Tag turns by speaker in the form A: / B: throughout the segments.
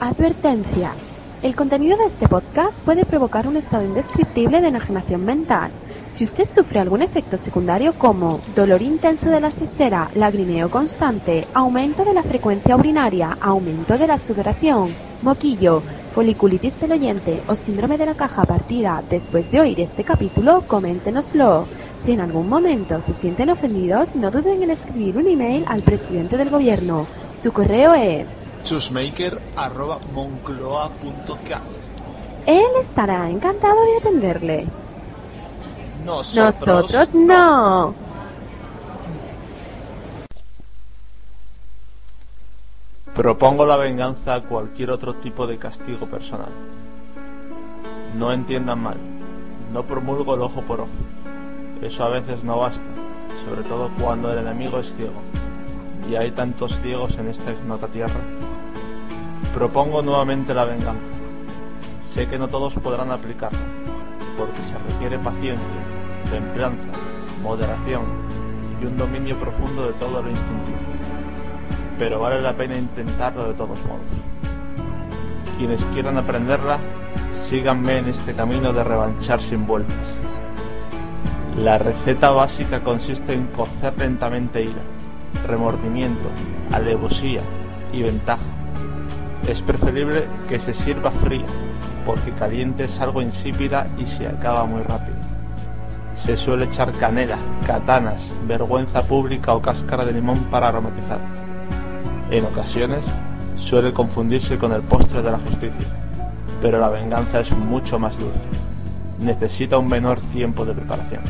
A: Advertencia. El contenido de este podcast puede provocar un estado indescriptible de enajenación mental. Si usted sufre algún efecto secundario como dolor intenso de la cesera, lagrimeo constante, aumento de la frecuencia urinaria, aumento de la sudoración, moquillo, foliculitis del oyente o síndrome de la caja partida después de oír este capítulo, coméntenoslo. Si en algún momento se sienten ofendidos, no duden en escribir un email al presidente del gobierno. Su correo es
B: chusmaker.moncloa.cat
A: Él estará encantado de atenderle.
B: Nosotros,
A: Nosotros no.
C: Propongo la venganza a cualquier otro tipo de castigo personal. No entiendan mal, no promulgo el ojo por ojo. Eso a veces no basta, sobre todo cuando el enemigo es ciego. Y hay tantos ciegos en esta ignota tierra. Propongo nuevamente la venganza. Sé que no todos podrán aplicarla, porque se requiere paciencia, templanza, moderación y un dominio profundo de todo lo instintivo pero vale la pena intentarlo de todos modos. Quienes quieran aprenderla, síganme en este camino de revanchar sin vueltas. La receta básica consiste en cocer lentamente ira, remordimiento, alevosía y ventaja. Es preferible que se sirva fría, porque caliente es algo insípida y se acaba muy rápido. Se suele echar canela, katanas, vergüenza pública o cáscara de limón para aromatizar. En ocasiones suele confundirse con el postre de la justicia, pero la venganza es mucho más dulce. Necesita un menor tiempo de preparación.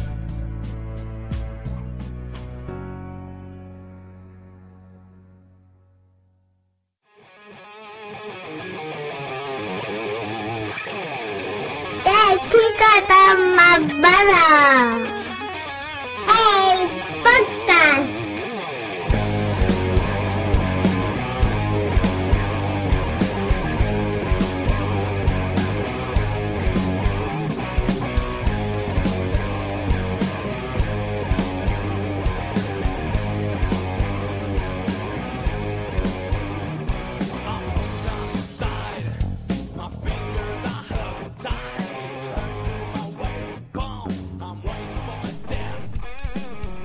D: ¡Qué chica tan malvada! ¡El podcast!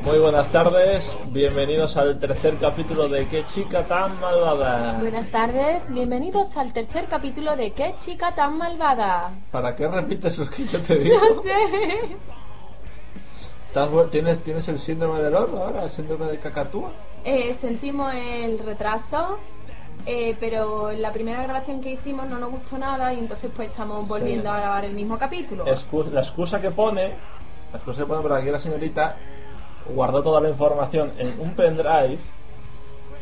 C: Muy buenas tardes, bienvenidos al tercer capítulo de Qué chica tan malvada.
E: Buenas tardes, bienvenidos al tercer capítulo de ¿Qué chica tan malvada?
C: ¿Para qué repites lo que yo te digo?
E: No sé.
C: ¿Estás vuel- ¿Tienes, ¿Tienes el síndrome del oro ahora? ¿El síndrome de cacatúa?
E: Eh, sentimos el retraso, eh, pero la primera grabación que hicimos no nos gustó nada y entonces pues estamos volviendo a grabar el mismo capítulo.
C: Excu- la excusa que pone, la excusa que pone por aquí la señorita, guardó toda la información en un pendrive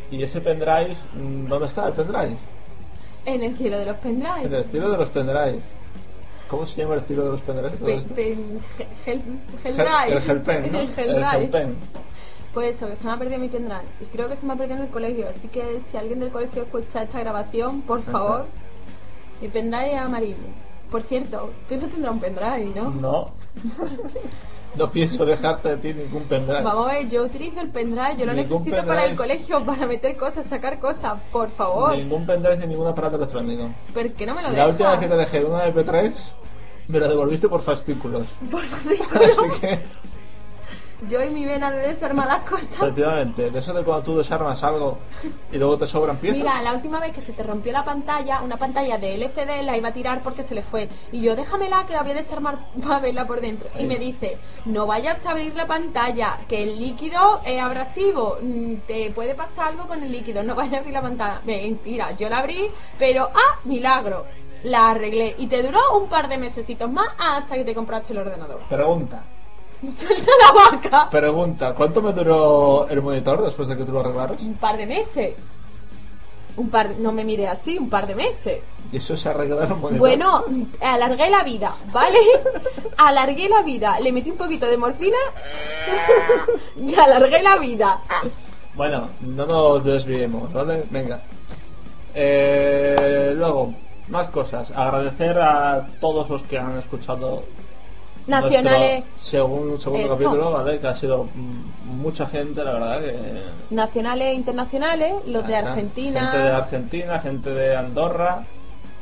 C: y ese pendrive, mm, ¿dónde está el pendrive?
E: En el cielo de los
C: En
E: pendrives.
C: el estilo de los pendrives. ¿Cómo se llama el estilo de los pendrives? todo
E: Pe-
C: esto?
E: pen- gel- gel-
C: pues, Hel-
E: Geldrive.
C: el Helpen, ¿no?
E: En el Geldrive.
C: Helpen.
E: Pues eso, que se me ha perdido mi pendrive. Y creo que se me ha perdido en el colegio, así que si alguien del colegio escucha esta grabación, por favor, mi pendrive es amarillo. Por cierto, tú no tendrás un pendrive, ¿no?
C: No. No pienso dejarte de ti ningún pendrive.
E: Vamos a ver, yo utilizo el pendrive, yo lo
C: Ningún
E: necesito
C: pendrive.
E: para el colegio, para meter cosas, sacar cosas, por favor.
C: Ningún pendrive ni ningún aparato electrónico.
E: ¿Por qué no me lo
C: La última vez que te
E: dejas?
C: dejé una MP3 me la devolviste por fascículos.
E: Por favor.
C: Así que,
E: Yo y mi vena de desarmar las cosas.
C: efectivamente, de eso de cuando tú desarmas algo y luego te sobran piezas.
E: Mira, la última vez que se te rompió la pantalla, una pantalla de LCD la iba a tirar porque se le fue. Y yo, déjamela que la voy a desarmar para verla por dentro. Y
C: Ahí.
E: me dice, no vayas a abrir la pantalla, que el líquido es abrasivo. Mm, Te puede pasar algo con el líquido, no vayas a abrir la pantalla. Mentira, yo la abrí, pero ¡ah! Milagro. La arreglé. Y te duró un par de mesecitos más hasta que te compraste el ordenador.
C: Pregunta,
E: Suelta la vaca.
C: pregunta, ¿cuánto me duró el monitor después de que tú lo arreglaras?
E: Un par de meses. un par, no me miré así, un par de meses.
C: Y eso se arreglaron moneda.
E: Bueno, alargué la vida, ¿vale? Alargué la vida, le metí un poquito de morfina y alargué la vida.
C: Bueno, no nos desviemos, ¿vale? Venga. Eh, luego, más cosas. Agradecer a todos los que han escuchado
E: Nacionales,
C: según segundo
E: Eso.
C: capítulo, ¿vale? Que ha sido mm, mucha gente, la verdad que...
E: nacionales e internacionales, los de
C: Ahí está.
E: Argentina,
C: Gente de Argentina, gente de Andorra,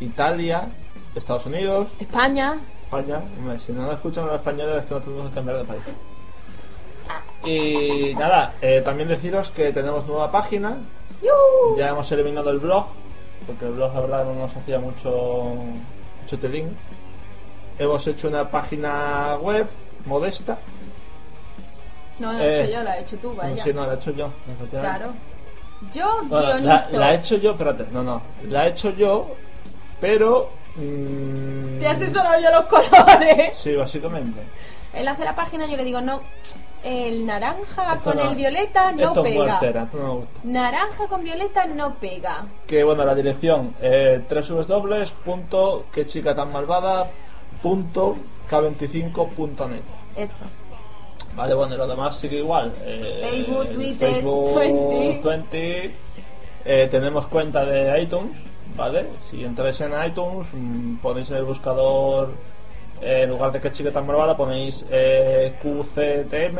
C: Italia, Estados Unidos,
E: España,
C: España. Hombre, Si no lo escuchan los españoles es que no tenemos que cambiar de país. Y nada, eh, también deciros que tenemos nueva página,
E: ¡Yuhu!
C: ya hemos eliminado el blog, porque el blog la verdad no nos hacía mucho, mucho telín. Hemos hecho una página web modesta,
E: No, no la he
C: Eh,
E: hecho yo, la he hecho tú, vaya.
C: si no, la he hecho yo. efectivamente.
E: Claro. Yo
C: Bueno, la,
E: guionizo.
C: la he hecho yo, espérate, no, no. La he hecho yo, pero... mm,
E: Te asesoro yo los colores.
C: Sí, básicamente.
E: Él hace la página y yo le digo, no, el naranja
C: Esto
E: Ah, con
C: no-
E: el violeta no
C: esto es ¿eh?
E: pega.
C: muertera, esto no me gusta.
E: naranja con violeta no pega.
C: Que bueno, la dirección, eh, www.quechicatanmalvada.k25.net
E: Eso.
C: Vale, bueno, y lo demás sigue igual. Eh,
E: Facebook,
C: el
E: Twitter,
C: Facebook 20. Eh, tenemos cuenta de iTunes, ¿vale? Si entráis en iTunes, mm, ponéis en el buscador, eh, en lugar de que chica tan malvada, ponéis eh, QCTM.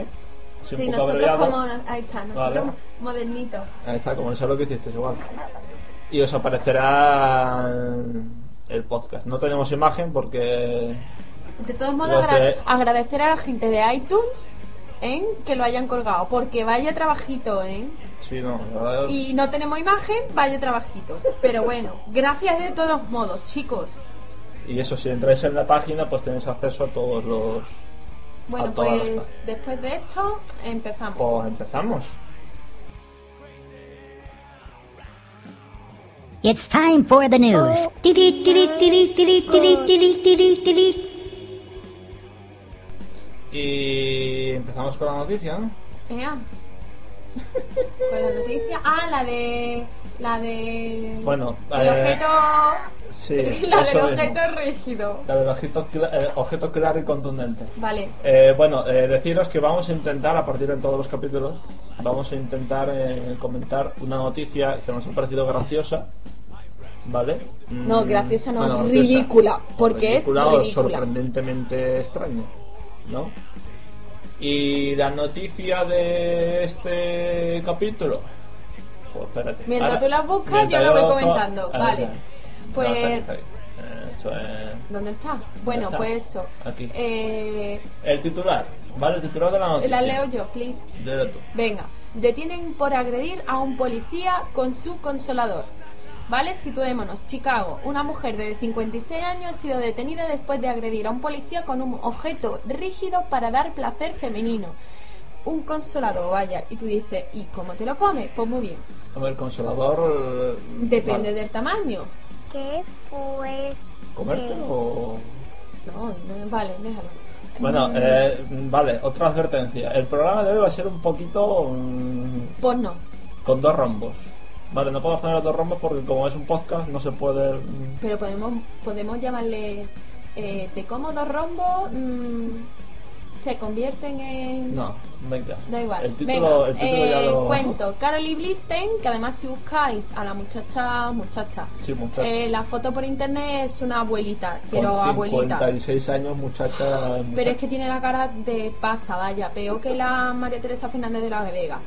C: sin
E: Sí,
C: punto
E: nosotros
C: abreviado.
E: como... Ahí está, nosotros
C: Vale.
E: modernitos.
C: Ahí está, como eso es lo que hiciste, igual. Y os aparecerá el podcast. No tenemos imagen porque
E: De todos modos,
C: Los
E: agra-
C: de-
E: agradecer a la gente de iTunes ¿eh? que lo hayan colgado, porque vaya trabajito, ¿eh?
C: Sí, no, la verdad-
E: Y no tenemos imagen, vaya trabajito. Pero bueno, gracias de todos modos, chicos.
C: Y eso, si entráis en la página, pues tenéis acceso a todos los...
E: Bueno,
C: A todas las
E: pues después de esto empezamos.
C: Pues empezamos.
F: It's time for the news. Tiri, tiri, tiri, tiri, tiri, tiri, tiri, tiri.
C: Y empezamos con la noticia, ¿no?
E: Ea. Con la noticia. Ah, la de. La de.
C: Bueno,
E: el
C: eh,
E: objeto.
C: Sí,
E: la del
C: eso mismo.
E: objeto rígido.
C: La del objeto, cla- eh, objeto claro y contundente.
E: Vale.
C: Eh, bueno, eh, deciros que vamos a intentar, a partir de todos los capítulos, vamos a intentar eh, comentar una noticia que nos ha parecido graciosa, ¿vale?
E: No,
C: Mm,
E: graciosa no,
C: bueno,
E: ridícula, porque es
C: ridícula o
E: ridícula.
C: sorprendentemente extraña, ¿no? Y la noticia de este capítulo... Pues espérate.
E: Mientras
C: ahora-
E: tú la buscas,
C: mientras
E: yo la voy
C: busco-
E: comentando,
C: ahí
E: vale.
C: está.
E: Pues-
C: No, está ahí, está ahí. Eh, eso es-
E: ¿Dónde está? Bueno,
C: está.
E: pues eso.
C: Aquí.
E: Eh,
C: El titular, ¿vale? El titular de la noticia.
E: la leo yo, please.
C: Léelo tú.
E: Venga, detienen por agredir a un policía con su consolador. ¿Vale? Situémonos. Chicago. Una mujer de 56 años ha sido detenida después de agredir a un policía con un objeto rígido para dar placer femenino. Un consolador, vaya. Y tú dices, ¿y cómo te lo comes? Pues muy bien.
C: Hombre, el consolador. eh,
E: Depende
C: vale.
E: del tamaño.
D: ¿Qué fue?
C: ¿Comértelo o.?
E: No, no, vale, déjalo.
C: Bueno,
E: Mm,
C: eh, vale, otra advertencia. El programa de hoy va a ser un poquito. mm,
E: Pues no.
C: con dos rombos. Vale, no podemos poner los dos rombos porque, como es un podcast, no se puede. mm,
E: Pero podemos, podemos llamarle eh, de cómodo rombo. mm, se convierten en.
C: No, venga.
E: Da igual.
C: El título,
E: Venga,
C: el título ya
E: eh,
C: lo.
E: Cuento. Carolee Blisten, que además si buscáis a la muchacha, muchacha.
C: Sí, muchacha.
E: eh, la foto por internet es una abuelita,
C: Con
E: pero abuelita.
C: 56 años, muchacha.
E: Pero es que tiene la cara de pasa, vaya, peor que la María Teresa Fernández de la Vega.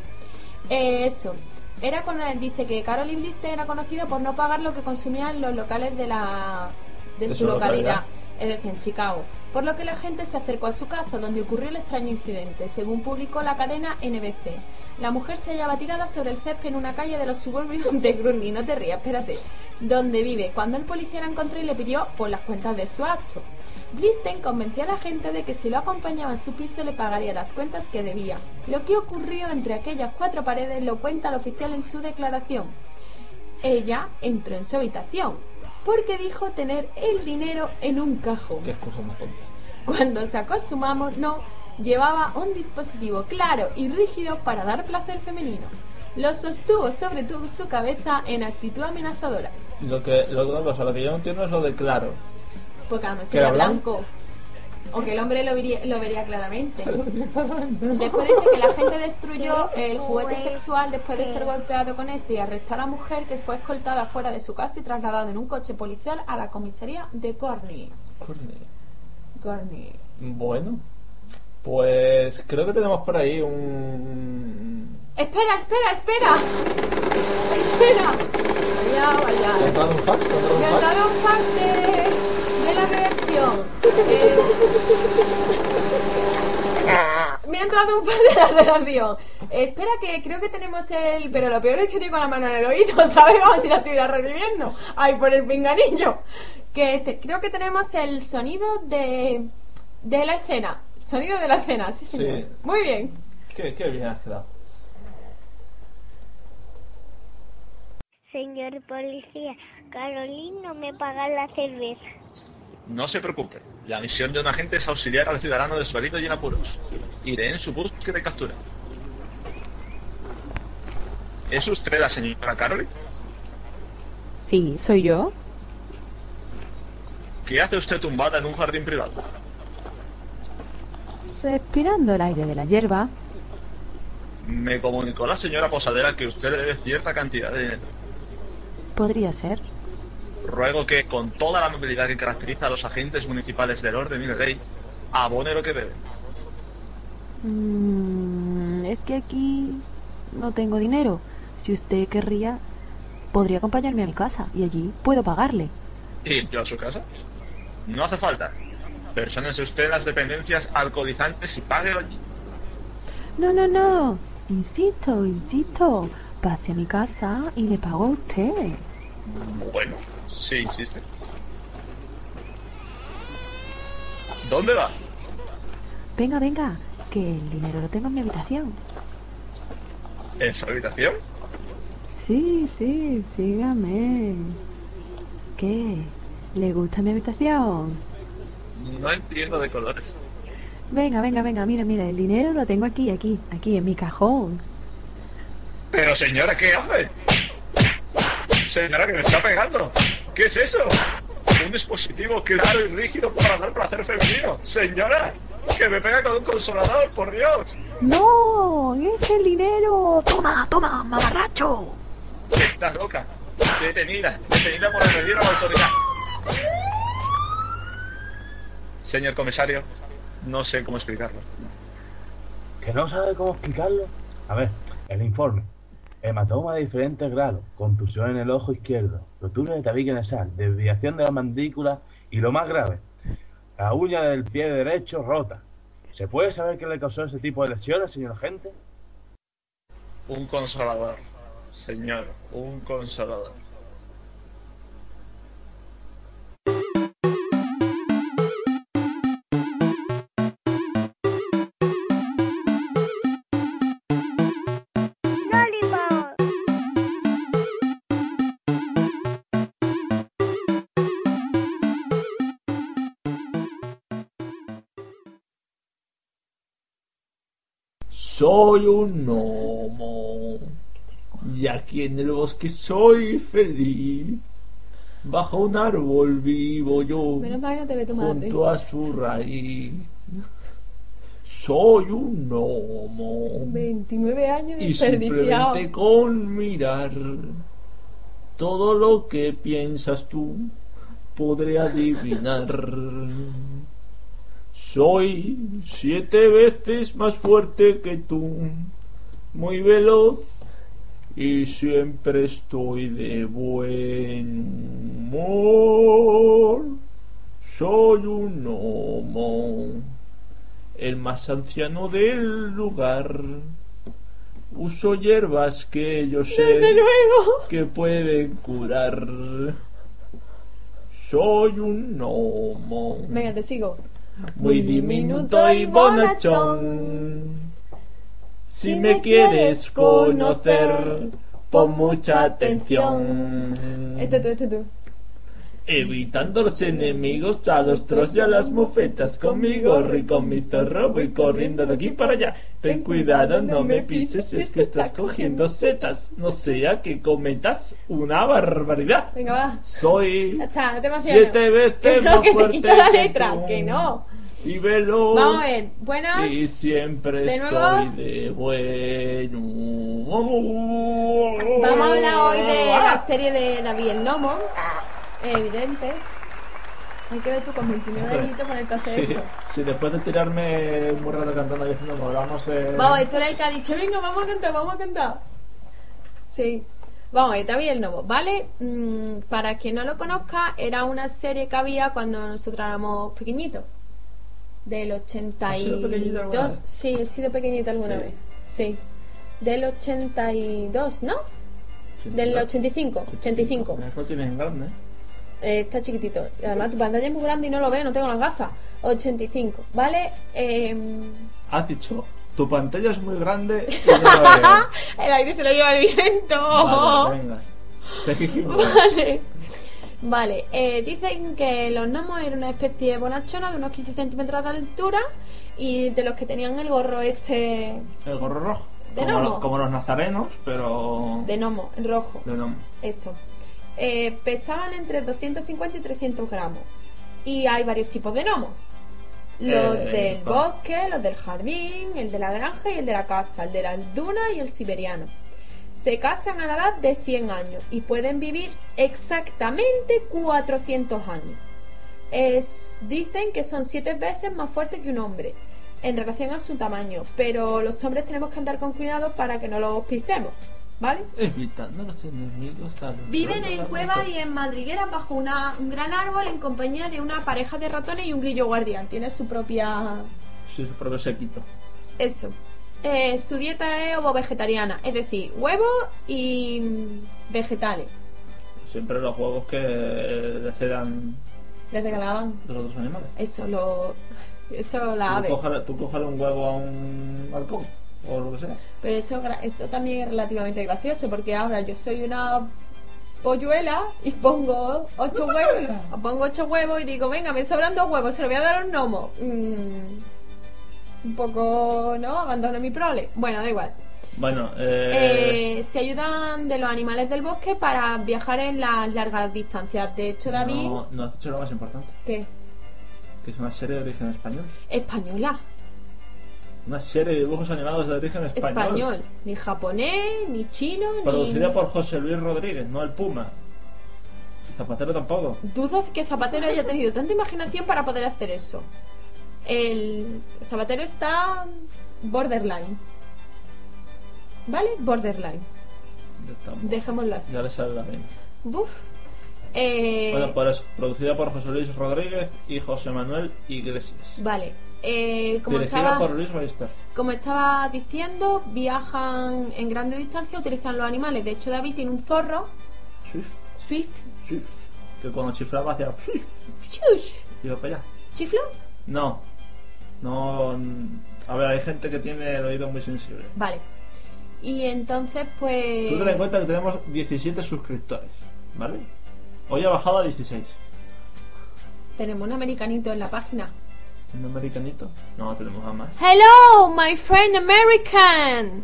E: Eh, eso. Era con, eh, dice que Caroline Blisten era conocida por no pagar lo que consumían los locales de la de,
C: De
E: su
C: su
E: localidad,
C: localidad.
E: es decir, en Chicago. Por lo que la gente se acercó a su casa donde ocurrió el extraño incidente, según publicó la cadena NBC. La mujer se hallaba tirada sobre el césped en una calle de los suburbios de Grundy, no te rías, espérate, donde vive, cuando el policía la encontró y le pidió por las cuentas de su acto. Blisten convenció a la gente de que si lo acompañaba a su piso le pagaría las cuentas que debía. Lo que ocurrió entre aquellas cuatro paredes lo cuenta el oficial en su declaración. Ella entró en su habitación porque dijo tener el dinero en un cajón.
C: Qué excusa más tonta.
E: Cuando sacó su mano, llevaba un dispositivo claro y rígido para dar placer femenino. Lo sostuvo sobre tu- su cabeza en actitud amenazadora.
C: Lo que, lo, otra cosa, lo que yo no entiendo es lo de claro.
E: Porque a lo mejor
C: ¿Que era
E: Pues sería blanco. O que el hombre lo vería, lo vería claramente. Después dice que la gente destruyó el juguete sexual después de ser golpeado con este y arrestó a la mujer que fue escoltada fuera de su casa y trasladada en un coche policial a la comisaría de Corny.
C: Corne.
E: Corny.
C: Bueno, pues creo que tenemos por ahí un.
E: Espera, espera, espera. Espera.
C: ¿Te
E: Vaya,
C: ha
E: vaya.
C: entrado un fax? ¿Te ha entrado un fax?
E: Me han dado parte de la reacción. Eh, Eh, me han dado un par de la relación. Espera que creo que tenemos el... Pero lo peor es que estoy con la mano en el oído, ¿sabes? Como si la estuviera recibiendo. Ay, por el pinganillo. Que te- creo que tenemos el sonido de... De la escena. Sonido de la escena, sí
C: Sí.
E: señor. Muy bien.
C: ¿Qué, qué bien has quedado.
D: Señor policía, Carolín no me paga la cerveza.
B: No se preocupe. La misión de un agente es auxiliar al ciudadano desvalido y en apuros. Iré en su búsqueda de captura. ¿Es usted la señora Carolyn?
A: Sí, soy yo.
B: ¿Qué hace usted tumbada en un jardín privado?
A: Respirando el aire de la hierba.
B: Me comunicó la señora Posadera que usted le debe cierta cantidad de dinero.
A: Podría ser.
B: Ruego que, con toda la amabilidad que caracteriza a los agentes municipales del orden y la ley, abone lo que debe.
A: Mm, es que aquí no tengo dinero. Si usted querría, podría acompañarme a mi casa y allí puedo pagarle.
B: ¿Y yo a su casa? No hace falta. Persónense usted en las dependencias alcoholizantes y páguelo allí.
A: No, no, no. Insisto, insisto. Pase a mi casa y le pago a usted.
B: Bueno, sí, insiste. ¿Dónde va?
A: Venga, venga, que el dinero lo tengo en mi habitación.
B: ¿En su habitación?
A: Sí, sí, sígame. ¿Qué? ¿Le gusta mi habitación?
B: No entiendo de colores.
A: Venga, venga, venga, mira, mira, el dinero lo tengo aquí, aquí, aquí, en mi cajón.
B: Pero señora, ¿qué hace? Señora, que me está pegando. ¿Qué es eso? Un dispositivo claro y rígido para dar placer femenino. Señora, que me pega con un consolador, por Dios.
A: ¡No! ¡Es el dinero! ¡Toma, toma, mamarracho!
B: Está loca. Detenida. Detenida por agredir a la autoridad. Señor comisario, no sé cómo explicarlo.
G: que no sabe cómo explicarlo. A ver, el informe. Hematoma de diferentes grados, contusión en el ojo izquierdo, rotura de tabique nasal, desviación de la mandíbula y lo más grave, la uña del pie derecho rota. ¿Se puede saber qué le causó ese tipo de lesiones, señor agente?
B: Un consolador. Señor, un consolador.
D: ¡Lollipop!
C: Soy un gnomo. Y aquí en el bosque soy feliz. Bajo un árbol vivo yo.
E: Menos mal que no te ve tu madre.
C: junto a su raíz. Soy un gnomo.
E: 29 años
C: Y simplemente con mirar todo lo que piensas tú, podré adivinar. Soy siete veces más fuerte que tú, muy veloz y siempre estoy de buen humor. Soy un gnomo, el más anciano del lugar. Uso hierbas que yo sé
E: luego.
C: que pueden curar. Soy un gnomo,
E: Venga, te sigo.
C: muy diminuto y bonachón. Si me quieres conocer, pon mucha atención.
E: Este tú, este tú.
C: Evitando los enemigos, a los trolls y a las mofetas Conmigo, rico mi zorro, voy corriendo de aquí para allá Ten cuidado, no me pises, es que estás cogiendo setas No sea que cometas una barbaridad
E: Venga, va.
C: Soy
E: Ya está, no te emociones.
C: siete
E: Que
C: veces
E: no,
C: más
E: que te
C: fuerte
E: quito la
C: que
E: letra.
C: tú.
E: Que no.
C: Y veloz
E: Vamos a ver. Buenas.
C: Y siempre
E: ¿De
C: estoy
E: nuevo?
C: de bueno
E: Vamos a hablar hoy de la serie de David el Nomo. Evidente. Hay que ver tú con 29
C: Hombre,
E: añitos con el caso
C: Sí,
E: hecho.
C: sí, después de tirarme muy rato cantando diciendo que hablamos de...
E: Vamos, esto era el que ha dicho, venga, vamos a cantar, vamos a cantar. Sí. Vamos, a ver, David el Nomo, ¿vale? Mm, para quien no lo conozca, era una serie que había cuando nosotros éramos pequeñitos. Del
C: ¿Has sido pequeñito alguna
E: 82.
C: vez?
E: Sí, he sido pequeñito alguna
C: Sí.
E: vez. Sí. Del 82, ¿no? Del 85. 85.
C: Mejor tienen grande.
E: Eh, está chiquitito. Y Además, tu pantalla es muy grande y no lo veo, no tengo las gafas. 85, ¿vale? Em,
C: Has dicho, tu pantalla es muy grande y no la veo.
E: el aire se lo lleva el viento.
C: Vale, venga. Seguimos.
E: Vale. Vale, eh, dicen que los gnomos eran una especie de bonachona de unos 15 centímetros de altura y de los que tenían el gorro este
C: El gorro rojo.
E: De
C: como,
E: gnomo.
C: los, como los nazarenos, pero...
E: de gnomo, el rojo,
C: de gnomo.
E: eso. Eh, pesaban entre 250 y 300 gramos. Y hay varios tipos de gnomos. Los
C: Eh,
E: del
C: pa-
E: bosque, los del jardín, el de la granja y el de la casa, el de las dunas y el siberiano. Se casan a la edad de 100 años y pueden vivir exactamente 400 años. Es- dicen que son 7 veces más fuertes que un hombre en relación a su tamaño, pero los hombres tenemos que andar con cuidado para que no los pisemos, ¿vale?
C: Evitando los enemigos a los
E: Viven
C: rojos, a
E: en
C: los
E: cuevas y en madrigueras bajo una- un gran árbol en compañía de una pareja de ratones y un grillo guardián. Tiene su propia...
C: Sí, su propio sequito.
E: Eso. Eh, su dieta es ovo-vegetariana, es decir, huevos y mm, vegetales.
C: Siempre los juegos que le cedan
E: Les regalaban
C: de los otros animales.
E: eso, lo... Eso la ave.
C: Tú cógele, tú cógele un huevo a un halcón o lo que sea.
E: Pero eso, gra- eso también es relativamente gracioso porque ahora yo soy una polluela y pongo ocho huevos, pongo ocho huevos y digo, venga, me sobran dos huevos, se los voy a dar a un gnomo. Mm, un poco, ¿no? Abandono mi prole. Bueno, da igual.
C: Bueno, eh,
E: Eh, se ayudan de los animales del bosque para viajar en las largas distancias. De hecho, David,
C: no, no has dicho lo más importante,
E: ¿qué?
C: que es una serie de origen español.
E: Española.
C: Una serie de dibujos animados de origen español.
E: Español. Ni japonés, ni chino,
C: Producida
E: ni...
C: por José Luis Rodríguez, no el Puma. Zapatero tampoco.
E: Dudo que Zapatero haya tenido tanta imaginación para poder hacer eso. El Zapatero está borderline. ¿Vale? Borderline.
C: Ya estamos.
E: Dejémoslo así.
C: Ya le sale la bien.
E: Buf. Eh,
C: Bueno, por eso, producida por José Luis Rodríguez y José Manuel Iglesias.
E: Vale. Eh, como,
C: Dirigida
E: estaba,
C: por Luis Ballester.
E: como estaba diciendo, viajan en grande distancia, utilizan los animales. De hecho, David tiene un zorro,
C: Swift,
E: Swift,
C: Swift. Que cuando chiflaba hacía Swift.
E: Shush.
C: Iba para allá.
E: ¿Chiflo?
C: No. No. mm, A ver, hay gente que tiene el oído muy sensible.
E: Vale. Y entonces, pues...
C: Tú ten en cuenta que tenemos 17 suscriptores, ¿vale? Hoy ha bajado a 16.
E: Tenemos un americanito en la página.
C: ¿Un americanito? No, tenemos a más.
E: Hello, my friend American.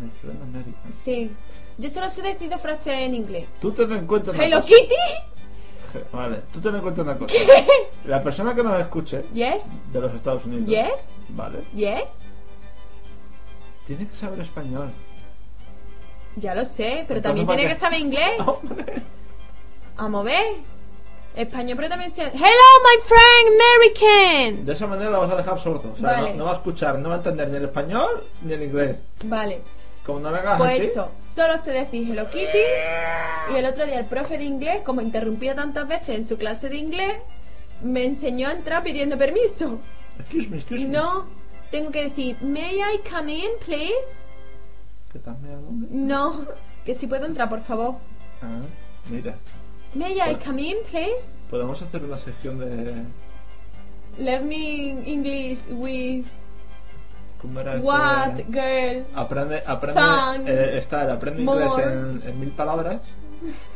C: Mi friend American.
E: Sí. Yo solo sé decir dos frases en inglés.
C: Tú ten en cuenta una
E: Hello
C: cosa.
E: Kitty.
C: Vale, tú ten en cuenta una cosa. La persona que nos escuche
E: Yes.
C: de los Estados Unidos.
E: Yes.
C: Vale.
E: Yes.
C: Tiene que saber español.
E: Ya lo sé, pero
C: Entonces,
E: también
C: ¿para
E: tiene
C: qué?
E: que saber inglés.
C: Hombre.
E: A mover. Español, pero también sé. Hello, my friend
C: De esa manera la vas a dejar sordo. O sea,
E: Vale.
C: no, no va a escuchar, no va a entender ni el español ni el inglés.
E: American. Vale.
C: Como no le hagas
E: Pues
C: así,
E: eso, solo se decir Hello Kitty. Y el otro día el profe de inglés, como interrumpía tantas veces en su clase de inglés, me enseñó a entrar pidiendo permiso.
C: Excuse me, excuse me.
E: No, tengo que decir, may I come in, please?
C: ¿Qué tal, mira, dónde?
E: No, que si puedo entrar, por favor.
C: Ah, mira.
E: May I come in, please?
C: Podemos hacer una sección de.
E: Learning English with
C: ¿Cómo era esto
E: what
C: de-
E: girl?
C: Aprende, aprende,
E: Fun.
C: eh, está el aprende
E: More.
C: inglés en, en mil palabras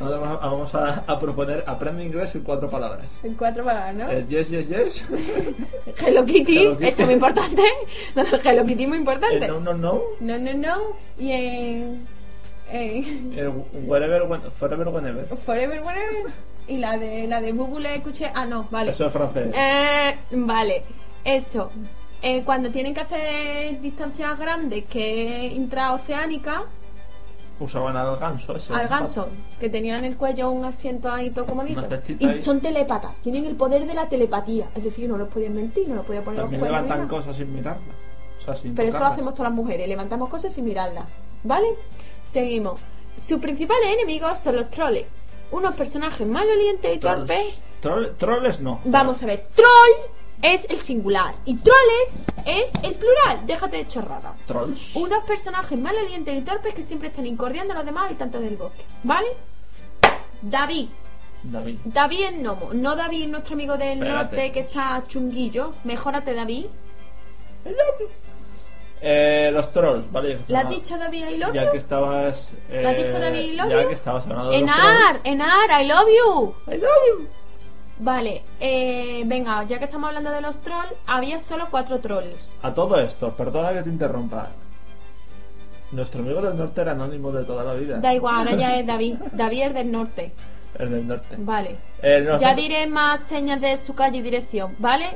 C: Ahora vamos a, vamos a- a proponer aprende inglés en cuatro palabras.
E: En cuatro palabras, ¿no?
C: El yes, yes, yes.
E: Hello Kitty,
C: Hello Kitty.
E: esto es muy importante. No, Hello Kitty es muy importante.
C: El eh, no, no, no.
E: No, no, no. Y en. en
C: El whatever, when- forever, whenever.
E: Forever, whatever. Y la de la de Bubu la escuché. Ah, no, vale.
C: Eso es francés.
E: Eh, vale, eso. Eh, cuando tienen que hacer distancias grandes que intraoceánica,
C: Usaban al ganso. eso.
E: al ganso, que tenían en el cuello un asiento ahí todo comodito.
C: Una cestita
E: Y
C: ahí.
E: son telepatas, tienen el poder de la telepatía. Es decir, no los podían mentir, no los podían poner
C: También
E: los cuernos ni
C: levantan
E: nada.
C: cosas sin mirarlas. O sea, sin
E: Pero eso lo
C: tocarlas.
E: hacemos todas las mujeres, levantamos cosas sin mirarlas. ¿Vale? Seguimos. Sus principales enemigos son los troles. Unos personajes malolientes y
C: Trolls.
E: torpes
C: Troll- troles no.
E: Vamos a ver, troll es el singular y troles es el plural. Déjate de chorradas.
C: Trolls.
E: Unos personajes malolientes y torpes que siempre están incordiando a los demás habitantes del bosque, ¿vale? David,
C: David.
E: David el gnomo, no David nuestro amigo del
C: Espérate.
E: norte que está chunguillo. Mejórate, David.
C: Eh, los trolls, vale.
E: ¿Le has dicho David I love
C: Ya que
E: you?
C: estabas. Eh,
E: ¿Le has dicho David I love
C: Ya
E: you?
C: que estabas hablando de los trolls.
E: Enar, Enar, I love you.
C: I love you.
E: Vale, eh, venga, ya que estamos hablando de los trolls, había solo cuatro trolls.
C: A todo esto, perdona que te interrumpa. Nuestro amigo del norte era anónimo de toda la vida.
E: Da igual, ahora ya es David. David es del norte.
C: El del norte.
E: Vale.
C: El norte.
E: Ya diré más señas de su calle y dirección, ¿vale?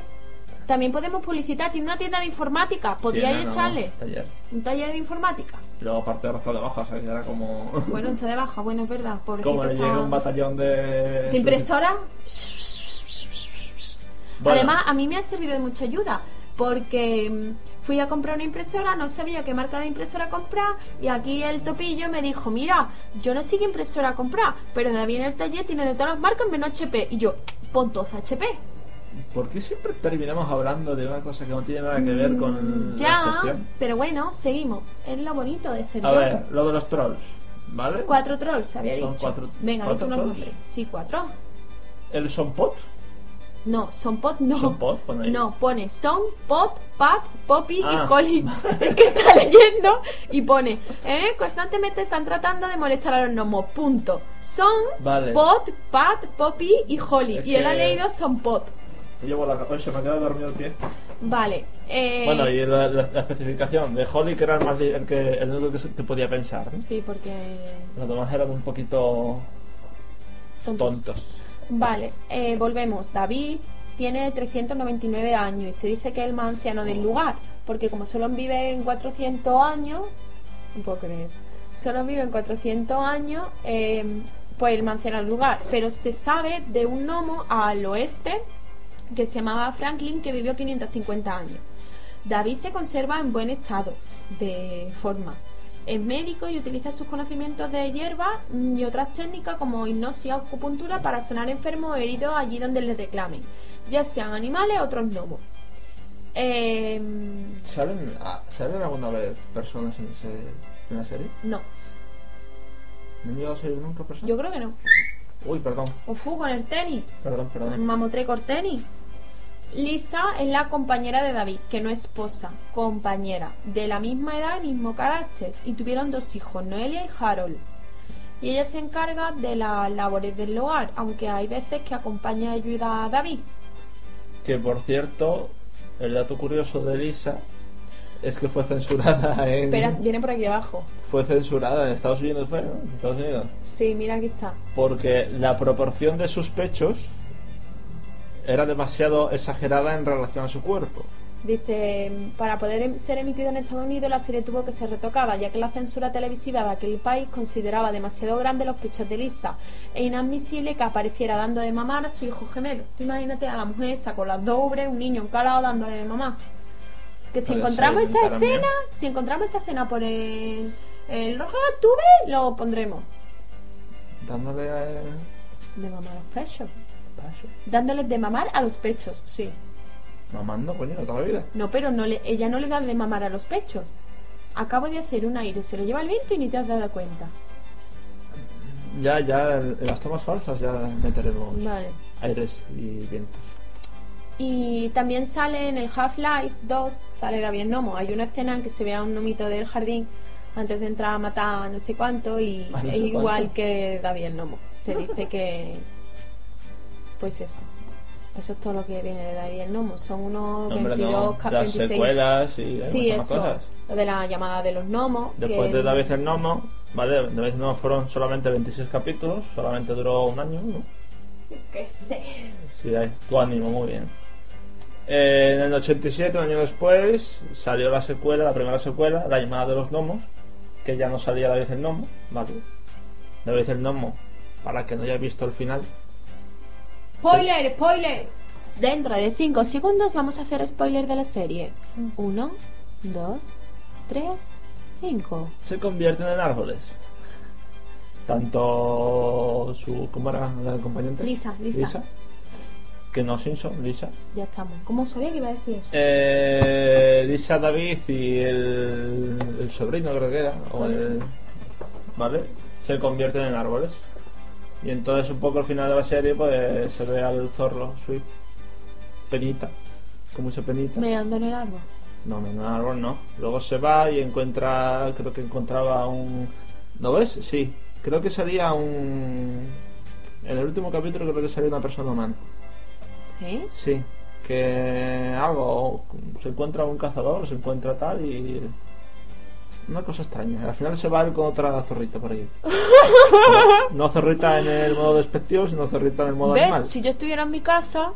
E: También podemos publicitar, tiene una tienda de informática, podría
C: Sí, no, no,
E: echarle
C: taller.
E: un taller de informática.
C: Y luego aparte de de baja, o sea, que era como.
E: Bueno, está de baja, bueno, es verdad, pobrecito.
C: como le
E: está-
C: llega un batallón de.
E: ¿De impresora?
C: Bueno,
E: Además, a mí me ha servido de mucha ayuda. Porque mm, fui a comprar una impresora, no sabía qué marca de impresora comprar, y aquí el topillo me dijo: Mira, yo no sé qué impresora comprar, pero David en el taller tiene de todas las marcas menos HP. Y yo, pon todas HP.
C: ¿Por qué siempre terminamos hablando de una cosa que no tiene nada que ver con la
E: Mm, Ya,
C: sección?
E: pero bueno, seguimos. Es lo bonito de ser
C: A
E: yo.
C: ver, lo de los trolls, ¿vale?
E: Cuatro trolls, había
C: Son
E: dicho.
C: cuatro-
E: Venga,
C: cuatro
E: dime
C: trolls.
E: unos nombres. Sí, cuatro.
C: El Sonpot,
E: No, son pot no.
C: Son pot, pone ahí.
E: No, pone son, pot, pap, poppy
C: Ah.
E: y coli. es que está leyendo y pone, eh, constantemente están tratando de molestar a los gnomos. Punto. Son,
C: Vale.
E: pot, pat, poppy y holly.
C: Es
E: y él ha
C: que-
E: leído son pot.
C: yo llevo la oye, se me ha quedado dormido el pie.
E: Vale. eh,
C: Bueno, y la, la- la especificación de Holly, que era el, más li- el que, el único que, se- que podía pensar. ¿eh?
E: Sí, porque.
C: Los demás eran un poquito tontos.
E: Vale, eh, volvemos. David tiene 399 años y se dice que es el más anciano del lugar, porque como solo viven 400 años, no puedo creer, solo viven 400 años, eh, pues el más anciano del lugar. Pero se sabe de un gnomo al oeste que se llamaba Franklin que vivió 550 años. David se conserva en buen estado de forma. Es médico y utiliza sus conocimientos de hierbas y otras técnicas como hipnosis o acupuntura para sanar enfermos o heridos allí donde les reclamen, ya sean animales o otros gnomos. Eh,
C: ¿Salen, ah, ¿Salen alguna vez personas en, ese, en la serie?
E: no,
C: ¿No han llegado a salir nunca personas?
E: yo creo que no.
C: Uy, perdón,
E: Ofu con el tenis,
C: perdón, perdón.
E: mamotreco el tenis. Lisa es la compañera de David, que no es esposa, compañera, de la misma edad y mismo carácter, y tuvieron dos hijos, Noelia y Harold. y ella se encarga de las labores del hogar, aunque hay veces que acompaña y ayuda a David.
C: Que por cierto, el dato curioso de Lisa es que fue censurada en.
E: Espera, viene por aquí abajo.
C: Fue censurada en Estados Unidos, fue, ¿no? En Estados Unidos.
E: Sí, mira, aquí está.
C: Porque la proporción de sus pechos era demasiado exagerada en relación a su cuerpo.
E: Dice, para poder em- ser emitida en Estados Unidos, la serie tuvo que ser retocada, ya que la censura televisiva de aquel país consideraba demasiado grande los pechos de Lisa e inadmisible que apareciera dando de mamar a su hijo gemelo. Tú Imagínate a la mujer esa con las dos ubres, un niño encalado dándole de mamá. Que si
C: Vale,
E: encontramos
C: sí,
E: esa
C: cara mía.
E: escena, si encontramos esa escena por el, el rojo tuve, lo pondremos.
C: Dándole a.
E: De mamar a los pechos. Dándoles de mamar a los pechos, sí.
C: Mamando, coño, toda la vida.
E: No, pero no le, ella no le da de mamar a los pechos. Acabo de hacer un aire, se lo lleva el viento y ni te has dado cuenta.
C: Ya, ya, en las tomas falsas ya meteremos
E: Vale.
C: aires y vientos.
E: Y también sale en el Half-Life 2, sale David Nomo. Hay una escena en que se ve a un gnomito del jardín antes de entrar a matar a no sé cuánto y
C: A no sé
E: es igual
C: cuánto.
E: que David el Nomo. Se dice que... Pues eso. Eso es todo lo que viene de David el Nomo. Son unos
C: No, hombre,
E: 22,
C: no.
E: cap-
C: Las
E: 26.
C: secuelas y hay
E: Sí,
C: muchas más
E: eso.
C: cosas.
E: Lo de la llamada de los gnomos.
C: Después
E: que-
C: de David el Nomo, ¿vale? David el Nomo fueron solamente 26 capítulos, solamente duró un año, ¿no?
E: Que sé.
C: Sí, ahí, tu ánimo, muy bien. Eh, en el 87, un año después, salió la secuela, la primera secuela, La llamada de los gnomos, que ya no salía David el Gnomo, ¿vale? David el Gnomo, para el que no haya visto el final,
E: ¡Spoiler! ¡Spoiler! Dentro de 5 segundos vamos a hacer spoiler de la serie. 1, 2, 3, 5.
C: se convierten en árboles. Tanto su. ¿Cómo era la acompañante?
E: Lisa, Lisa.
C: Que no Simpson, Lisa.
E: Ya estamos. ¿Cómo sabía que iba a decir eso?
C: Eh, Lisa David y el, el sobrino creo que era, o el- ¿vale? Se convierten en árboles. Y entonces un poco al final de la serie pues se ve al zorro Swift. Penita. Con mucha penita.
E: Me ando en el árbol.
C: No, no, no, árbol no. Luego se va y encuentra, creo que encontraba un... ¿Lo ves? Sí. Creo que salía un... En el último capítulo creo que salía una persona humana.
E: ¿Sí?
C: Sí, que algo, se encuentra un cazador, se encuentra tal y... Una cosa extraña. Al final se va él con otra zorrita por ahí. No zorrita en el modo despectivo, sino zorrita en el modo
E: ¿Ves?
C: animal.
E: Si yo estuviera en mi casa,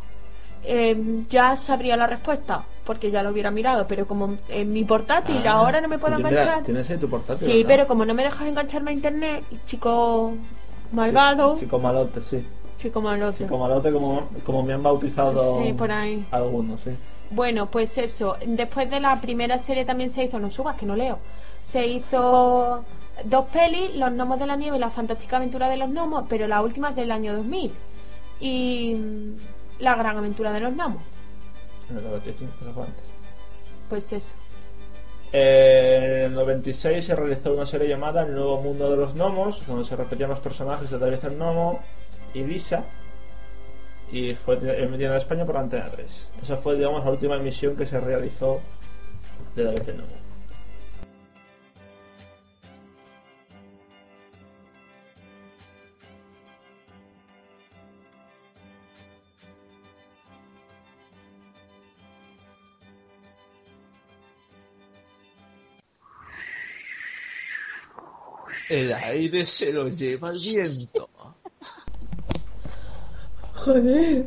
E: eh, ya sabría la respuesta, porque ya lo hubiera mirado. Pero como en mi portátil
C: Ah,
E: ahora no me puedo
C: porque mira,
E: enganchar.
C: Tienes ahí tu portátil.
E: sí,
C: ¿verdad?
E: pero como no me dejas engancharme a internet, y chico malvado,
C: Chico malote, sí.
E: chico malote.
C: Chico malote como, como me han bautizado
E: Sí, por ahí.
C: algunos, sí.
E: Bueno, pues eso. Después de la primera serie también se hizo, no subas, que no leo. Se hizo dos pelis, Los Gnomos de la Nieve y la Fantástica Aventura de los Gnomos, pero la última es del año 2000. Y mm, La Gran Aventura de los Gnomos.
C: En el 95, eso fue antes.
E: Pues eso.
C: Eh, en el 96 se realizó una serie llamada El Nuevo Mundo de los Gnomos, donde se repetían los personajes de David el Gnomo y Lisa, y fue emitida en España por Antena 3. Esa fue, digamos, la última emisión que se realizó de David el Gnomo.
H: El aire se lo lleva el viento.
C: ¡Joder!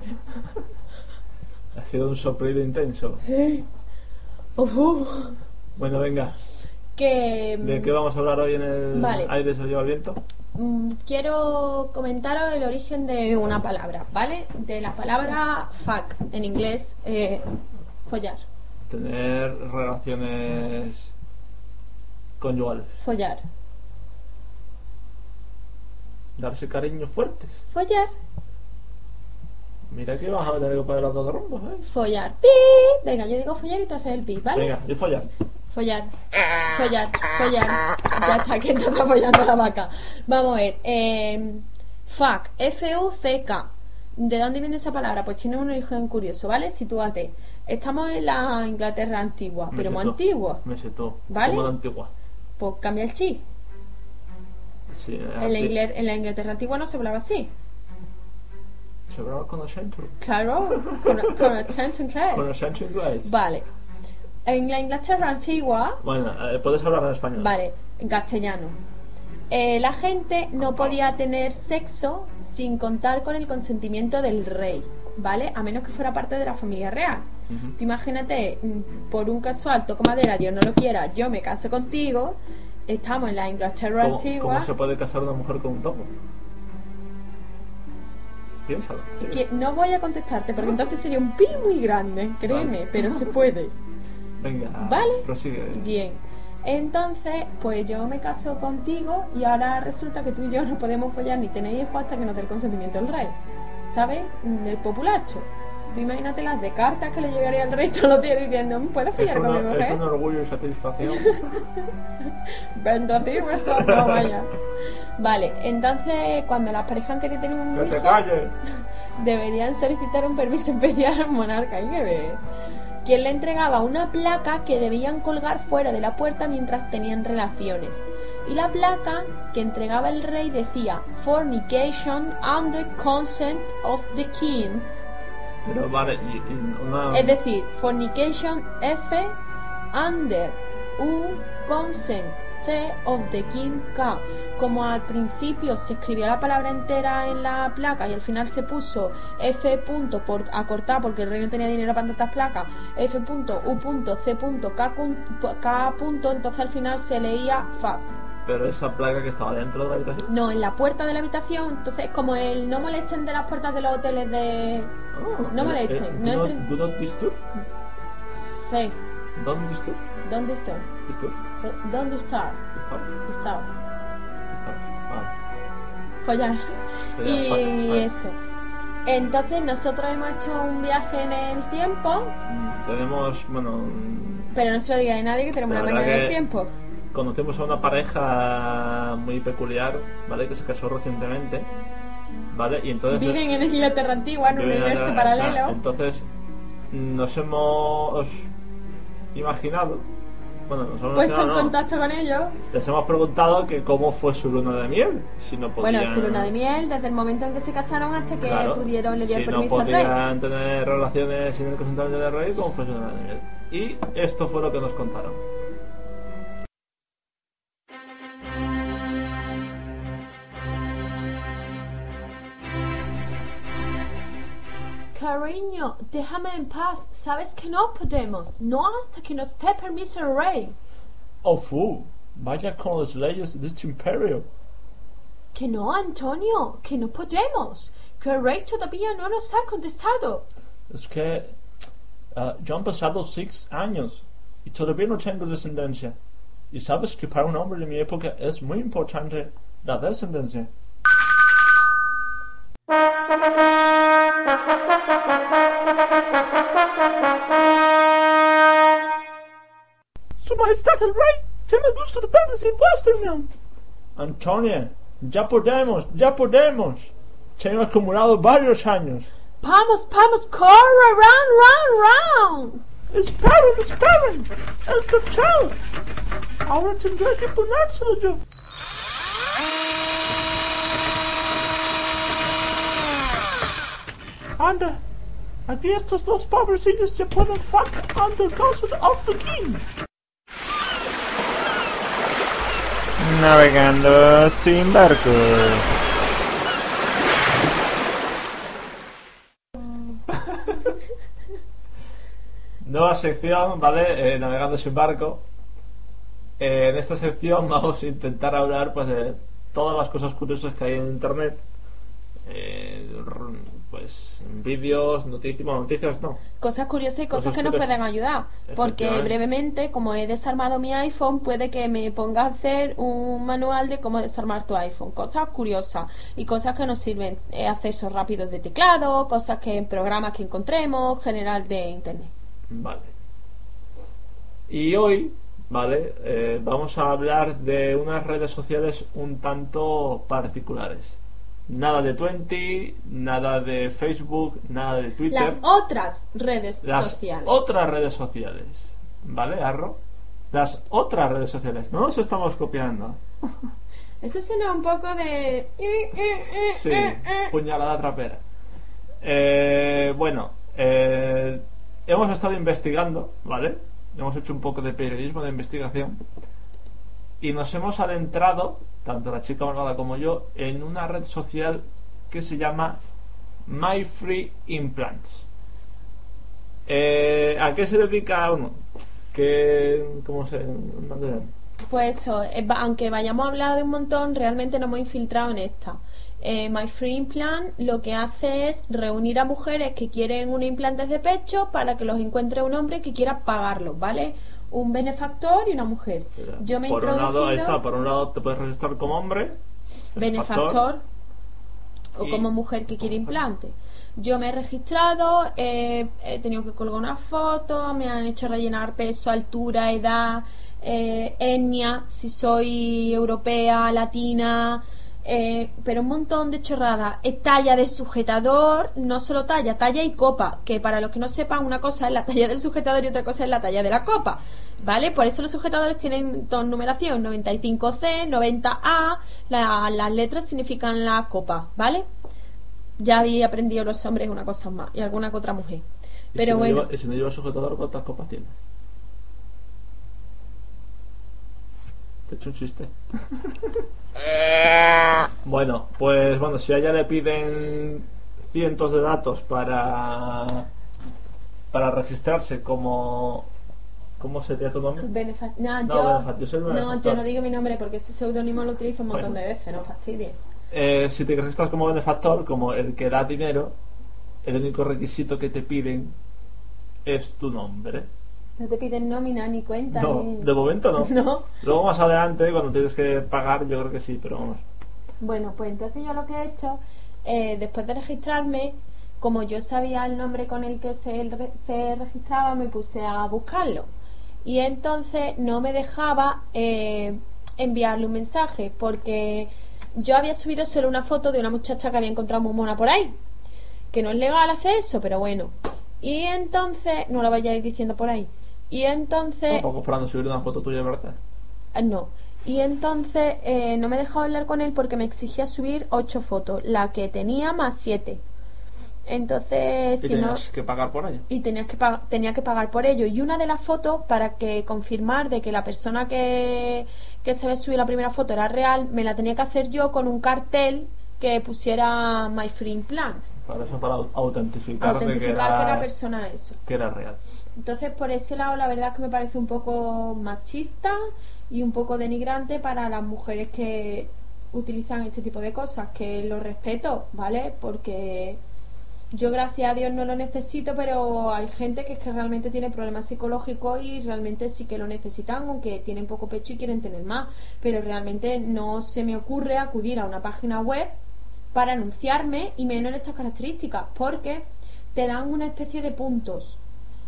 C: Ha sido un soplido intenso.
E: Sí.
C: Bueno, venga,
E: Que. mm,
C: ¿de qué vamos a hablar hoy en el
E: Vale.
C: aire se lo lleva el viento?
E: Mm, quiero comentaros el origen de una palabra, ¿vale? De la palabra fuck, en inglés, eh, follar,
C: Tener relaciones conyugales,
E: follar,
C: darse cariño fuertes.
E: follar,
C: Mira que vas a tener que poner los dos rombos, ¿eh?
E: follar, pi. Venga, yo digo follar y tú haces el pi, ¿vale?
C: Venga, yo follar.
E: Follar, follar, follar. Ya está, que te está follando la vaca. Vamos a ver. Eh, fuck, F-U-C-K. ¿De dónde viene esa palabra? Pues tiene un origen curioso, ¿vale? Sitúate. Estamos en la Inglaterra antigua,
C: Me
E: pero muy
C: sentó.
E: antigua.
C: Me setó.
E: ¿Vale?
C: Como la antigua.
E: Pues cambia el chip.
C: Ah, Sí,
E: En la, Ingler- en la Inglaterra antigua no se hablaba así.
C: Se graba con acento.
E: Claro, con, con acento inglés.
C: Con acento inglés.
E: Vale. En la Inglaterra antigua,
C: Bueno, eh, puedes hablar en español.
E: vale, en castellano. eh, la gente no podía tener sexo sin contar con el consentimiento del rey, ¿vale? A menos que fuera parte de la familia real.
C: Ujú.
E: Tú imagínate, mm, por un casual, toco madera, Dios no lo quiera, yo me caso contigo. Estamos en la Inglaterra
C: ¿Cómo,
E: antigua.
C: cómo se puede casar una mujer con un topo? Piénsalo.
E: Que no voy a contestarte porque entonces sería un pi muy grande, créeme,
C: Vale.
E: pero se puede.
C: Venga,
E: Vale.
C: prosigue.
E: Bien. Entonces, pues yo me caso contigo y ahora resulta que tú y yo no podemos follar ni tener hijos hasta que nos dé el consentimiento del rey. ¿Sabes? Mm, El populacho. Tú imagínate las de cartas que le llegaría al rey todos los días diciendo, "Mm, ¿puedes
C: Es,
E: follar
C: una-
E: con mi mujer?
C: es un orgullo y satisfacción.
E: Bendecir vuestro no, vaya. Vale, entonces cuando las parejas han querido tener un
C: ¡Que te
E: hijo,
C: calles!
E: deberían solicitar un permiso especial al monarca. ¿Y qué ves? quien le entregaba una placa que debían colgar fuera de la puerta mientras tenían relaciones. Y la placa que entregaba el rey decía Fornication under consent of the king.
C: Pero vale, y- y una-
E: Es decir, fornication F under U consent C of the king K. Como al principio se escribió la palabra entera en la placa y al final se puso F punto por acortar porque el rey no tenía dinero para tantas placas, F punto U punto C punto K, cun- K punto, entonces al final se leía fuck.
C: Pero esa placa que estaba dentro de la habitación.
E: No, en la puerta de la habitación, entonces como el no molesten de las puertas de los hoteles de... Oh, no
C: Eh,
E: molesten, no
C: do not-
E: entren...
C: do not disturb.
E: Sí,
C: Don't disturb.
E: ¿dónde estoy?
C: Disturb.
E: ¿Dónde está?
C: Disturb.
E: Está.
C: Disturb. Vale.
E: Follar.
C: Follar,
E: Y
C: fuck, vale.
E: eso. Entonces nosotros hemos hecho un viaje en el tiempo,
C: Mm, Tenemos, bueno,
E: pero no se lo diga a nadie que tenemos
C: La
E: una
C: verdad
E: máquina del
C: que-
E: tiempo.
C: conocemos a una pareja muy peculiar, ¿vale? Que se casó recientemente, ¿vale? Y entonces...
E: Viven en Inglaterra antigua, en un
C: Viven en
E: universo
C: Inglaterra,
E: paralelo.
C: ah, Entonces, nos hemos imaginado... Bueno, nos hemos
E: puesto en
C: imaginado, no.
E: contacto con ellos.
C: Les hemos preguntado que cómo fue su luna de miel, si no podían...
E: Bueno, su luna de miel, desde el momento en que se casaron hasta que
C: Claro.
E: pudieron, le dio el
C: si no
E: permiso al rey.
C: podían tener relaciones sin el consentimiento del rey, cómo fue su luna de miel. Y esto fue lo que nos contaron.
E: Cariño, déjame en paz. Sabes que no podemos. No hasta que nos dé permiso el rey.
C: ¡Oh, fu! Vaya con los leyes de este imperio.
E: Que no, Antonio, que no podemos. Que el rey todavía no nos ha contestado.
C: Es que ah, yo han pasado seis años y todavía no tengo descendencia. Y sabes que para un hombre de mi época es muy importante la descendencia.
I: Su Majestad el Rey tiene gusto de verles en vuestro nombre.
C: Antonia, ya podemos, ya podemos. Tengo acumulado varios años.
E: Vamos, vamos, corre, round, round, round.
I: Esperen, esperen. El cachao. Ahora tendré que ponérselo yo. Anda, aquí estos dos pobrecillos ya pueden fuck under consent of the king.
C: Navegando sin barco. Nueva sección, ¿vale? Eh, navegando sin barco. Eh, en esta sección vamos a intentar hablar pues de todas las cosas curiosas que hay en internet. Eh, r- pues vídeos, noticias, bueno, noticias no.
E: Cosas curiosas y cosas,
C: Cosas
E: que nos
C: curiosas.
E: pueden ayudar. Porque
C: Efectivamente.
E: brevemente, como he desarmado mi iPhone, puede que me ponga a hacer un manual de cómo desarmar tu iPhone. Cosas curiosas y cosas que nos sirven. eh, accesos rápidos de teclado, cosas que en programas que encontremos, general de Internet.
C: Vale. Y hoy, ¿vale? Eh, vamos a hablar de unas redes sociales un tanto particulares. Nada de Twenty, nada de Facebook, nada de Twitter.
E: Las otras redes
C: Las
E: sociales.
C: otras redes sociales. ¿Vale, Arro? Las otras redes sociales. No nos estamos copiando.
E: Eso suena un poco de... eh,
C: Sí, puñalada trapera. Eh, bueno, eh, hemos estado investigando, ¿vale? Hemos hecho un poco de periodismo de investigación y nos hemos adentrado, tanto la chica malvada como yo, en una red social que se llama My Free Implants. Eh, ¿A qué se dedica uno? Que, ¿Cómo se...?
E: Pues eso, eh, va- aunque vayamos a hablar de un montón, realmente nos hemos infiltrado en esta. Eh, My Free Implant lo que hace es reunir a mujeres que quieren un implante de pecho para que los encuentre un hombre que quiera pagarlos, ¿vale? Un benefactor y una mujer. Yo me he
C: por un lado, ahí está,
E: introducido
C: por un lado te puedes registrar como hombre.
E: benefactor o
C: y-
E: como mujer que quiere implante. Yo me he registrado, eh, he tenido que colgar una foto, me han hecho rellenar peso, altura, edad, eh, etnia, si soy europea, latina, eh, pero un montón de chorradas. Eh, talla de sujetador, no solo talla, talla y copa, que para los que no sepan, una cosa es la talla del sujetador y otra cosa es la talla de la copa, ¿vale? Por eso los sujetadores tienen dos numeración, 95C, 90A, la- las letras significan la copa, ¿vale? Ya había aprendido los hombres una cosa más y alguna que otra mujer.
C: Y
E: Pero
C: si
E: bueno.
C: No lleva, y si no lleva sujetador, ¿cuántas copas tiene? Te he hecho un chiste. bueno, pues bueno, si a ella le piden cientos de datos para para registrarse como ¿cómo sería tu nombre?
E: Benefac- no,
C: No,
E: yo,
C: Benefac, yo soy el
E: no,
C: benefactor.
E: yo no digo mi nombre porque ese seudónimo lo utilizo un montón
C: Bueno.
E: de veces, no fastidies.
C: Eh, si te registras como benefactor, como el que da dinero, el único requisito que te piden es tu nombre.
E: No te piden nómina ni cuenta.
C: No,
E: ni-
C: de momento no.
E: No.
C: Luego más adelante, cuando tienes que pagar, yo creo que sí, pero vamos.
E: Bueno, pues entonces yo lo que he hecho, eh, después de registrarme, como yo sabía el nombre con el que se, re- se registraba, me puse a buscarlo. Y entonces no me dejaba eh, enviarle un mensaje, porque yo había subido solo una foto de una muchacha que había encontrado muy mona por ahí. Que no es legal hacer eso, pero bueno. Y entonces, no la vayáis diciendo por ahí. Y entonces,
C: Tampoco esperando subir una foto tuya, ¿verdad?
E: Ah, No. Y entonces eh, no me dejaba hablar con él porque me exigía subir ocho fotos, la que tenía más siete. Entonces,
C: y
E: si no,
C: tenías que pagar por ello.
E: y tenías que pa- tenía que pagar por ello. Y una de las fotos, para que confirmar de que la persona que, que se había subido la primera foto era real, me la tenía que hacer yo con un cartel que pusiera My Free Plans.
C: Para eso, para au- autentificar, de
E: Autentificar que
C: que, era,
E: era persona eso.
C: que era real.
E: Entonces, por ese lado, la verdad es que me parece un poco machista y un poco denigrante para las mujeres que utilizan este tipo de cosas, que lo respeto, ¿vale? Porque yo, gracias a Dios, no lo necesito, pero hay gente que es que realmente tiene problemas psicológicos y realmente sí que lo necesitan, aunque tienen poco pecho y quieren tener más. Pero realmente no se me ocurre acudir a una página web para anunciarme y menos en estas características, porque te dan una especie de puntos,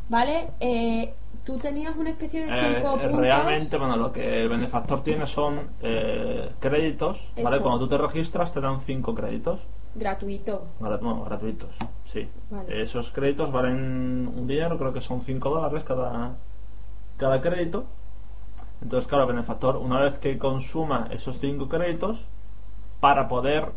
E: ¿vale? Eh, tú tenías una especie de
C: Eh,
E: cinco
C: eh,
E: puntos.
C: realmente, bueno, lo que el benefactor tiene son eh, créditos, ¿vale?
E: Eso.
C: Cuando tú te registras te dan 5 créditos,
E: Gratuito.
C: Gra- no, gratuitos, sí.
E: Vale.
C: Esos créditos valen un dinero, creo que son 5 dólares cada, cada crédito. Entonces, claro, el benefactor, una vez que consuma esos 5 créditos, para poder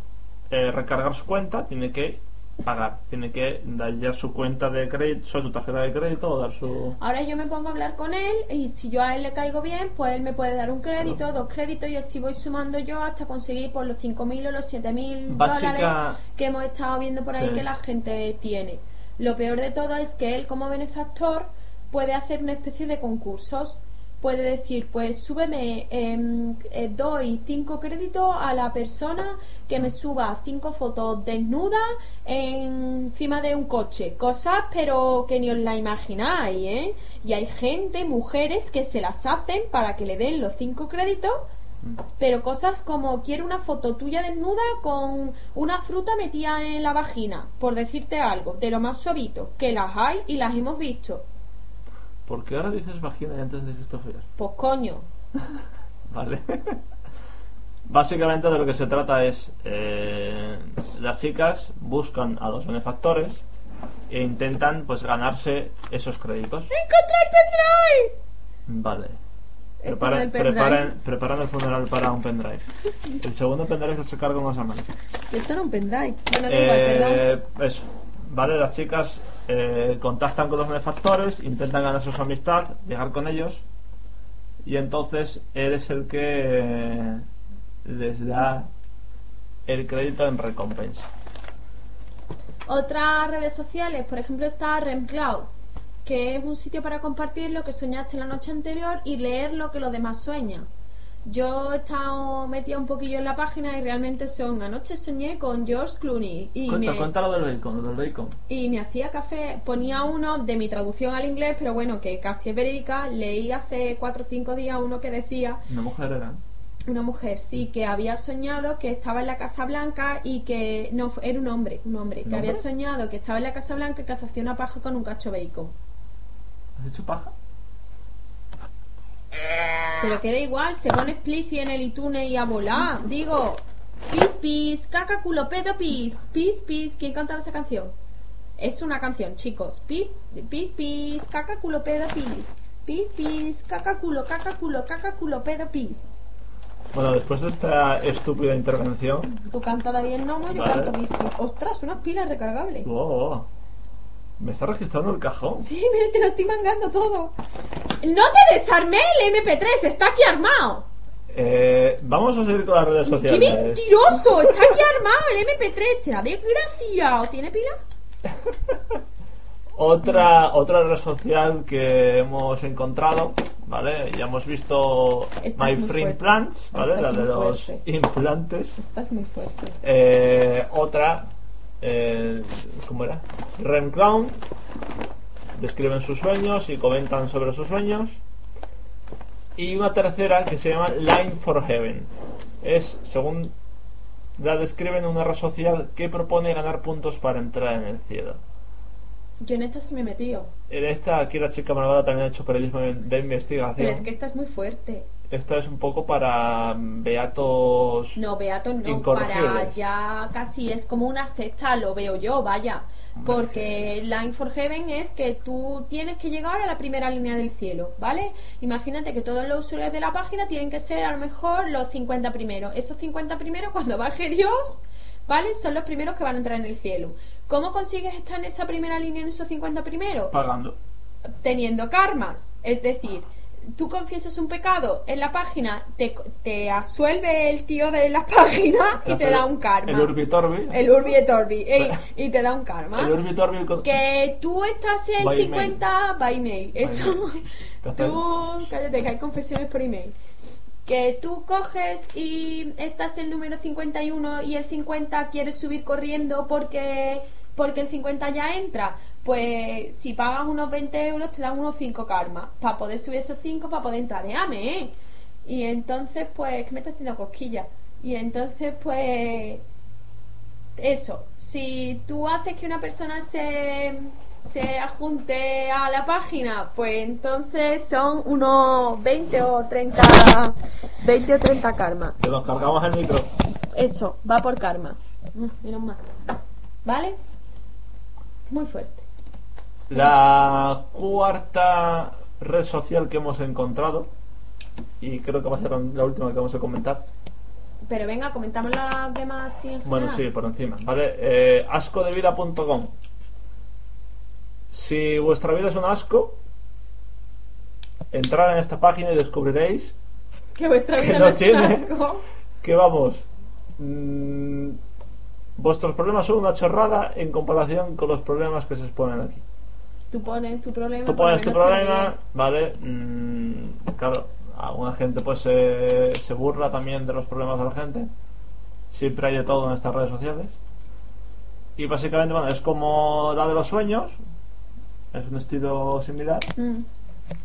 C: eh, recargar su cuenta, tiene que pagar, tiene que dar ya su cuenta de crédito, su tarjeta de crédito o dar su...
E: Ahora yo me pongo a hablar con él y si yo a él le caigo bien, pues él me puede dar un crédito, dos créditos y así voy sumando yo hasta conseguir por los 5.000 o los 7.000
C: Básica-
E: dólares que hemos estado viendo por ahí
C: Sí.
E: que la gente tiene. Lo peor de todo es que él como benefactor puede hacer una especie de concursos. Puede decir, pues súbeme, em, eh, doy cinco créditos a la persona que me suba cinco fotos desnudas encima de un coche. Cosas, pero que ni os la imagináis, ¿eh? Y hay gente, mujeres, que se las hacen para que le den los cinco créditos pero cosas como quiero una foto tuya desnuda con una fruta metida en la vagina, por decirte algo, de lo más suavito, que las hay y las hemos visto.
C: ¿Por qué ahora dices vagina y antes de Christopher?
E: Pues coño,
C: Vale. Básicamente de lo que se trata es eh, las chicas buscan a los benefactores e intentan pues ganarse esos créditos.
J: ¡Encontrar pendrive!
C: Vale.
J: Esto
C: Prepara-
J: del pendrive.
C: preparan, preparan el funeral para un pendrive. El segundo pendrive que se carga unos semanas.
E: esto no un pendrive. Bueno, da igual, perdón.
C: Eh, eso. Vale, las chicas eh, contactan con los benefactores, intentan ganar su amistad, llegar con ellos, y entonces eres el que eh, les da el crédito en recompensa.
E: Otras redes sociales, por ejemplo, está RemCloud, que es un sitio para compartir lo que soñaste la noche anterior y leer lo que los demás sueñan. Yo he estado metida un poquillo en la página y realmente son anoche soñé con George Clooney y
C: Cuenta,
E: me-
C: cuenta lo del bacon, lo del bacon.
E: y me hacía café, ponía uno de mi traducción al inglés, pero bueno, que casi es verídica, leí hace cuatro o cinco días uno que decía,
C: Una mujer era.
E: una mujer, sí,
C: Mm.
E: que había soñado que estaba en la Casa Blanca y que, no, era un hombre, un hombre, que
C: ¿Un
E: había
C: hombre?
E: soñado que estaba en la Casa Blanca y que se hacía una paja con un cacho bacon.
C: ¿Has hecho paja?
E: Pero que era igual, se pone Spliffy en el iTunes y a volar, digo, Pis, pis, caca, culo, pedo, pis, pis, pis. ¿Quién cantaba esa canción? Es una canción, chicos. Pis, pis, pis, caca, culo, pedo, pis. Pis, pis, caca, culo, caca, culo, caca, culo, pedo, pis.
C: Bueno, después de esta estúpida intervención.
E: Tú canta David el Nomo, yo
C: Vale.
E: canto pis, pis. Ostras, unas pilas recargables.
C: Oh, me está registrando el cajón.
E: Sí, mira, te lo estoy mangando todo. No te desarmé el MP3, está aquí armado.
C: Eh, vamos a seguir con las redes
E: ¡Qué
C: sociales.
E: mentiroso! Está aquí armado el MP3, será desgraciado. ¿Tiene pila?
C: Otra, otra red social que hemos encontrado, ¿vale? Ya hemos visto
E: Estás
C: My Free
E: muy fuerte.
C: Implants, ¿vale?
E: Estás
C: la de
E: muy
C: los
E: fuerte.
C: implantes.
E: Estás muy fuerte.
C: Eh, otra, eh, ¿cómo era? Rem Clown. Describen sus sueños y comentan sobre sus sueños. Y una tercera que se llama Line for Heaven. Es, según la describen, una red social que propone ganar puntos para entrar en el cielo.
E: Yo en esta sí me he metido.
C: En esta, aquí la chica malvada también ha hecho periodismo de investigación.
E: Pero es que esta es muy fuerte.
C: Esta es un poco para mm, beatos.
E: No, Beato, no,
C: Incorregibles.
E: para ya casi es como una secta, lo veo yo, vaya. Porque Line for Heaven es que tú tienes que llegar a la primera línea del cielo, ¿vale? Imagínate que todos los usuarios de la página tienen que ser a lo mejor los 50 primeros. Esos 50 primeros, cuando baje Dios, ¿vale? Son los primeros que van a entrar en el cielo. ¿Cómo consigues estar en esa primera línea, en esos 50 primeros?
C: Pagando.
E: teniendo karmas. Es decir, tú confiesas un pecado en la página, te, te asuelve el tío de la página y te da un karma.
C: El Urbitorbi.
E: El Urbi et Orbi, eh, y te da un karma.
C: El Urbitorbi. con-
E: Que tú estás en
C: By
E: 50 by email. Eso.
C: Está
E: tú, cállate, que hay confesiones por email. Que tú coges y estás en número 51 y el 50 quieres subir corriendo porque, porque el 50 ya entra. Pues si pagas unos 20 euros te dan unos 5 karma. Para poder subir esos 5, para poder entrar. ¡Eame, eh! Y entonces, pues, que me está haciendo cosquillas. Y entonces, pues, eso, si tú haces que una persona se, se adjunte a la página, pues entonces son unos 20 o 30, 20 o 30 karma.
C: Que nos cargamos el micro.
E: Eso, va por karma. Mm, Menos mal. ¿Vale? Muy fuerte.
C: La cuarta red social que hemos encontrado, y creo que va a ser la última que vamos a comentar.
E: Pero venga, comentamos las demás así en
C: Bueno, sí,
E: general.
C: por encima, ¿vale? Eh, ascodevida.com Si vuestra vida es un asco, entrad en esta página y descubriréis
E: Que vuestra
C: que
E: vida
C: no
E: no es un
C: tiene.
E: asco.
C: que, vamos, mm, vuestros problemas son una chorrada en comparación con los problemas que se exponen aquí.
E: Tú pones tu problema.
C: Tú
E: por lo
C: pones tu
E: menos te
C: problema,
E: ríes.
C: ¿vale? Mm, claro, alguna gente pues se, se burla también de los problemas de la gente. Siempre hay de todo en estas redes sociales. Y básicamente, bueno, es como la de los sueños. Es un estilo similar.
E: Mm.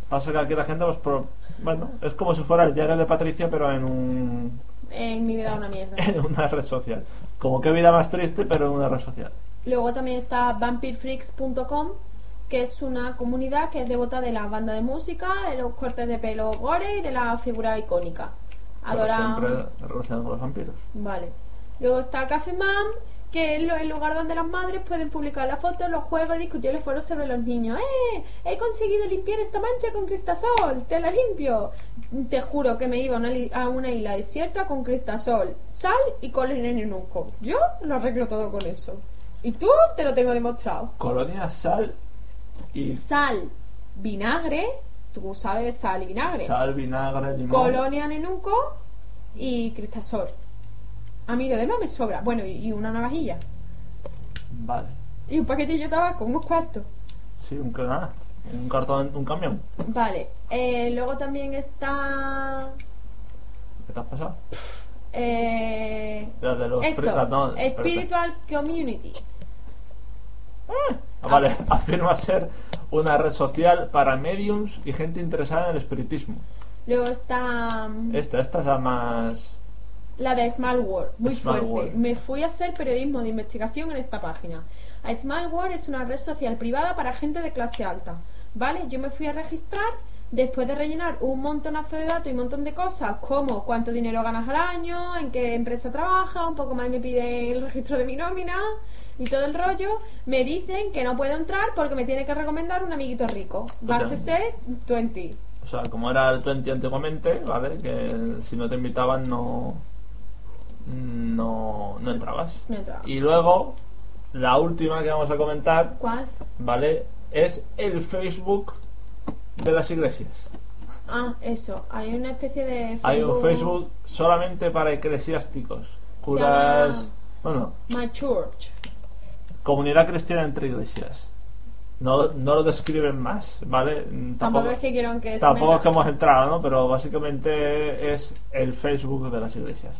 C: Pasa que aquí la gente, pues, pro- bueno, es como si fuera el diario de Patricia, pero en, un,
E: Eh, mi vida es una mierda.
C: en una red social. Como que vida más triste, pero en una red social.
E: Luego también está vampirefreaks.com, que es una comunidad que es devota de la banda de música, de los cortes de pelo gore y de la figura icónica.
C: Pero
E: Adora.
C: siempre relacionado con los vampiros.
E: Vale. Luego está Café Mam, que es lo- el lugar donde las madres pueden publicar las fotos, los juegos y discutir los foros sobre los niños. ¡Eh! He conseguido limpiar esta mancha con cristasol. Te la limpio. Te juro que me iba a una, li- a una isla desierta con cristasol, sal y colinenuco. Yo lo arreglo todo con eso. Y tú te lo tengo demostrado
C: Colonia Sal y
E: sal, vinagre, tú sabes sal y vinagre,
C: Sal, vinagre, limón.
E: colonia nenuco y cristasol. A mí lo demás me sobra. Bueno, y y una navajilla.
C: Vale.
E: Y un paquetillo de tabaco, unos cuartos.
C: Sí, un, ah, un cartón, un camión.
E: Vale. eh, luego también está...
C: ¿Qué te has pasado?
E: eh,
C: La de los
E: esto,
C: fri- la- no, espera, espera.
E: Spiritual Community.
C: Ah, Vale, afirma ser una red social para mediums y gente interesada en el espiritismo.
E: Luego está mm,
C: Esta, esta es la más.
E: La de Small World, muy
C: Small
E: fuerte.
C: World.
E: Me fui a hacer periodismo de investigación en esta página. A Small World es una red social privada para gente de clase alta. ¿Vale? Yo me fui a registrar después de rellenar un montonazo de datos y un montón de cosas, como cuánto dinero ganas al año, en qué empresa trabajas, un poco más me piden el registro de mi nómina y todo el rollo, me dicen que no puedo entrar porque me tiene que recomendar un amiguito rico. HC 20.
C: O sea, como era el 20 antiguamente, ¿vale? Que si no te invitaban no. No, no entrabas.
E: No entraba.
C: Y luego, la última que vamos a comentar,
E: ¿Cuál?
C: ¿vale? Es el Facebook de las iglesias.
E: Ah, eso. Hay una especie de Facebook.
C: Hay un Facebook solamente para eclesiásticos, curas.
E: llama-
C: Bueno,
E: My Church.
C: comunidad cristiana entre iglesias. No, no lo describen más, ¿vale? Mm,
E: Tampoco es que quieran que se
C: Tampoco
E: me-
C: es que hemos entrado, ¿no? Pero básicamente es el Facebook de las iglesias.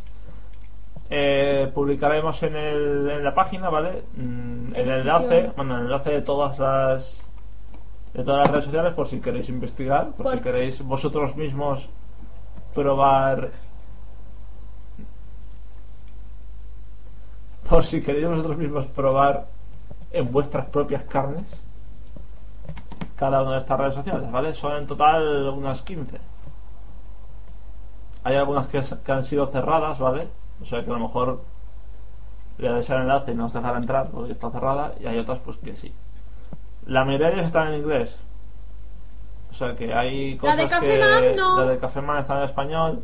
C: Eh, publicaremos en, el, en la página, ¿vale? Mm,
K: El
C: El
K: sitio.
C: enlace, bueno, el enlace de todas las de todas las redes sociales por si queréis investigar, por, si
K: Por-
C: queréis vosotros mismos probar por si queréis vosotros mismos probar en vuestras propias carnes cada una de estas redes sociales, ¿vale? Son en total unas 15. Hay algunas que, que han sido cerradas, ¿vale? O sea que a lo mejor le dais el enlace y no os dejará entrar porque está cerrada y hay otras pues que sí. La mayoría de ellas están en inglés. O sea que hay
E: La
C: cosas
E: de
C: que...
E: Cafeman, no.
C: La de Cafeman está en español.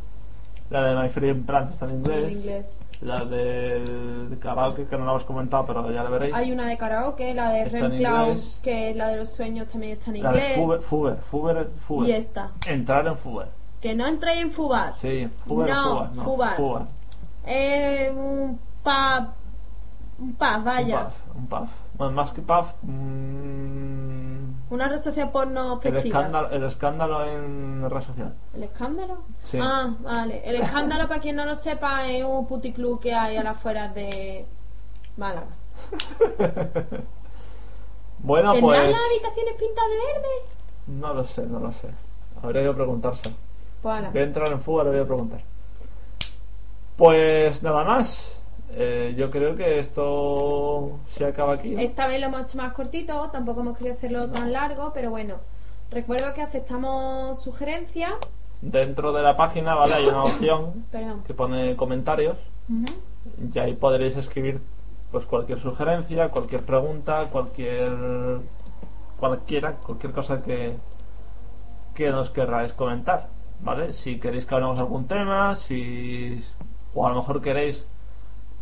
C: La de My Free in France está en
E: En
C: inglés.
E: inglés.
C: La del karaoke que no la hemos comentado pero ya la veréis.
E: Hay una de karaoke, la de
C: Está
E: Red
C: en
E: Cloud,
C: inglés.
E: que es la de los sueños, también está en
C: La de
E: inglés.
C: Fuber, Fuber, Fuber, Fuber.
E: Y esta.
C: Entrar en Fuber.
E: Que no entréis en Fubar.
C: Sí, Fuber,
E: No,
C: Fuber, no,
E: Fubar.
C: Fuber.
E: Eh, un pub. Un pub, vaya.
C: Un puff. Bueno, más que puff, mm,
E: Una red social porno
C: el,
E: festiva.
C: escándalo, el escándalo en red social.
E: ¿El escándalo?
C: Sí.
E: Ah, vale. El escándalo, para quien no lo sepa, es un puticlub que hay a las afueras de Málaga.
C: Bueno,
E: ¿Tendrán
C: pues
E: las habitaciones pintadas de verde?
C: no lo sé, no lo sé. Habría que preguntarse.
E: Pues ala.
C: Voy a entrar en fuga, le voy a preguntar. Pues nada más. Eh, yo creo que esto se acaba aquí. ¿no?
E: Esta vez lo hemos hecho más cortito, tampoco hemos querido hacerlo tan largo, pero bueno. Recuerdo que aceptamos sugerencias.
C: Dentro de la página, ¿vale? Hay una opción
E: Perdón.
C: que pone comentarios.
E: Ujú.
C: y ahí podréis escribir pues cualquier sugerencia, cualquier pregunta, cualquier cualquiera, cualquier cosa que que nos querráis comentar, ¿vale? Si queréis que hablemos algún tema, si o a lo mejor queréis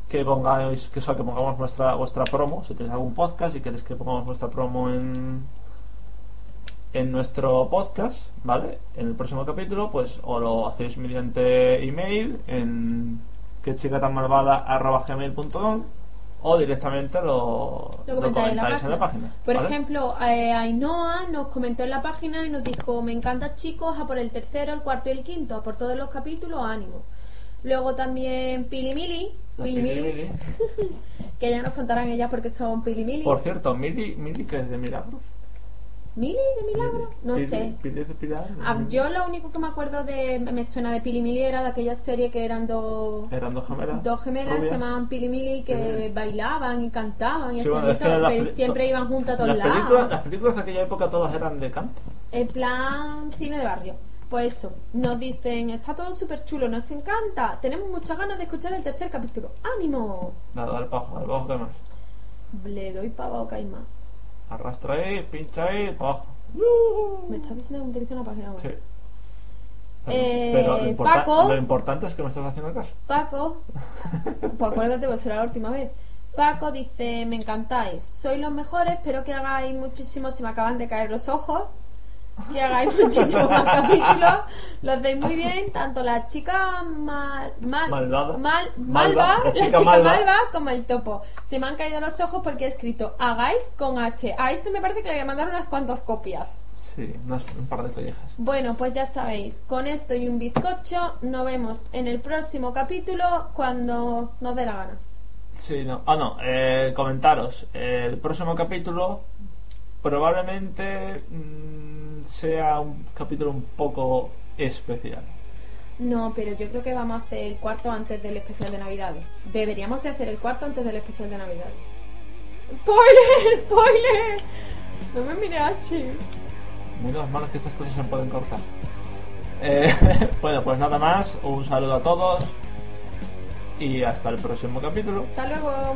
C: que pongáis que, o sea, que pongamos vuestra vuestra promo, si tenéis algún podcast y queréis que pongamos vuestra promo en en nuestro podcast, ¿vale? En el próximo capítulo, pues o lo hacéis mediante email en que chica tan malvada o directamente lo,
E: Lo
C: lo
E: comentáis en la
C: comentáis en la
E: página.
C: página.
E: Por
C: ¿vale?
E: ejemplo, eh, Ainhoa nos comentó en la página y nos dijo, me encanta chicos, a por el tercero, el cuarto y el quinto, a por todos los capítulos, ánimo. Luego también Pili Mili,
C: La
E: Pili
C: Pili
E: Mili,
C: Mili. ¿eh?
E: que ya nos contarán ellas porque son Pili Mili.
C: Por cierto, Mili, Mili que es de Milagros.
E: ¿Mili de milagro? No
C: Pili-
E: sé.
C: Pili es de Pilar.
E: Ah,
C: Mili-
E: Yo lo único que me acuerdo de, me suena de Pili Mili era de aquella serie que eran dos...
C: Eran dos gemelas.
E: Dos gemelas
C: rubias.
E: se llamaban Pili Mili que
C: Sí.
E: bailaban y cantaban y
C: Sí,
E: hacían
C: bueno,
E: de
C: es que
E: todo,
C: las
E: pero
C: peli-
E: siempre iban juntas a todos
C: las
E: lados.
C: películas, las películas de aquella época todas eran de canto.
E: En plan cine de barrio. Pues eso, nos dicen, está todo súper chulo, nos encanta, tenemos muchas ganas de escuchar el tercer capítulo. ¡Ánimo!
C: Nada, al pajo, al pajo que más.
E: Le doy para abajo, Caimán.
C: Arrastra ahí, pincha ahí, pa' abajo.
E: Me estás diciendo que utiliza una página web.
C: Sí.
E: Eh,
C: Pero lo, importa-
E: Paco.
C: lo importante es que me estás haciendo caso.
E: Paco, pues acuérdate, pues será la última vez. Paco dice, me encantáis, sois los mejores, espero que hagáis muchísimo, se me acaban de caer los ojos, que hagáis muchísimos más capítulos, los hacéis muy bien, tanto la chica mal, mal,
C: Malvada.
E: mal-
C: Malva,
E: malva,
C: la
E: la
C: chica
E: chica
C: malva.
E: malva, como el topo. Se me han caído los ojos porque he escrito, hagáis con H. A este me parece que le voy a mandar unas cuantas copias.
C: Sí, unas- un par de collejas.
E: Bueno, pues ya sabéis, con esto y un bizcocho nos vemos en el próximo capítulo cuando nos dé la gana.
C: Sí, no. Ah, no, eh, comentaros. El próximo capítulo probablemente mm, sea un capítulo un poco especial.
E: No, pero yo creo que vamos a hacer el cuarto antes del especial de Navidades. Deberíamos de hacer el cuarto antes del especial de Navidades. ¡Spoiler! ¡Spoiler! No me mires así.
C: Menos mal que estas cosas se pueden cortar. Eh, bueno, pues nada más. Un saludo a todos. Y hasta el próximo capítulo.
E: Hasta luego.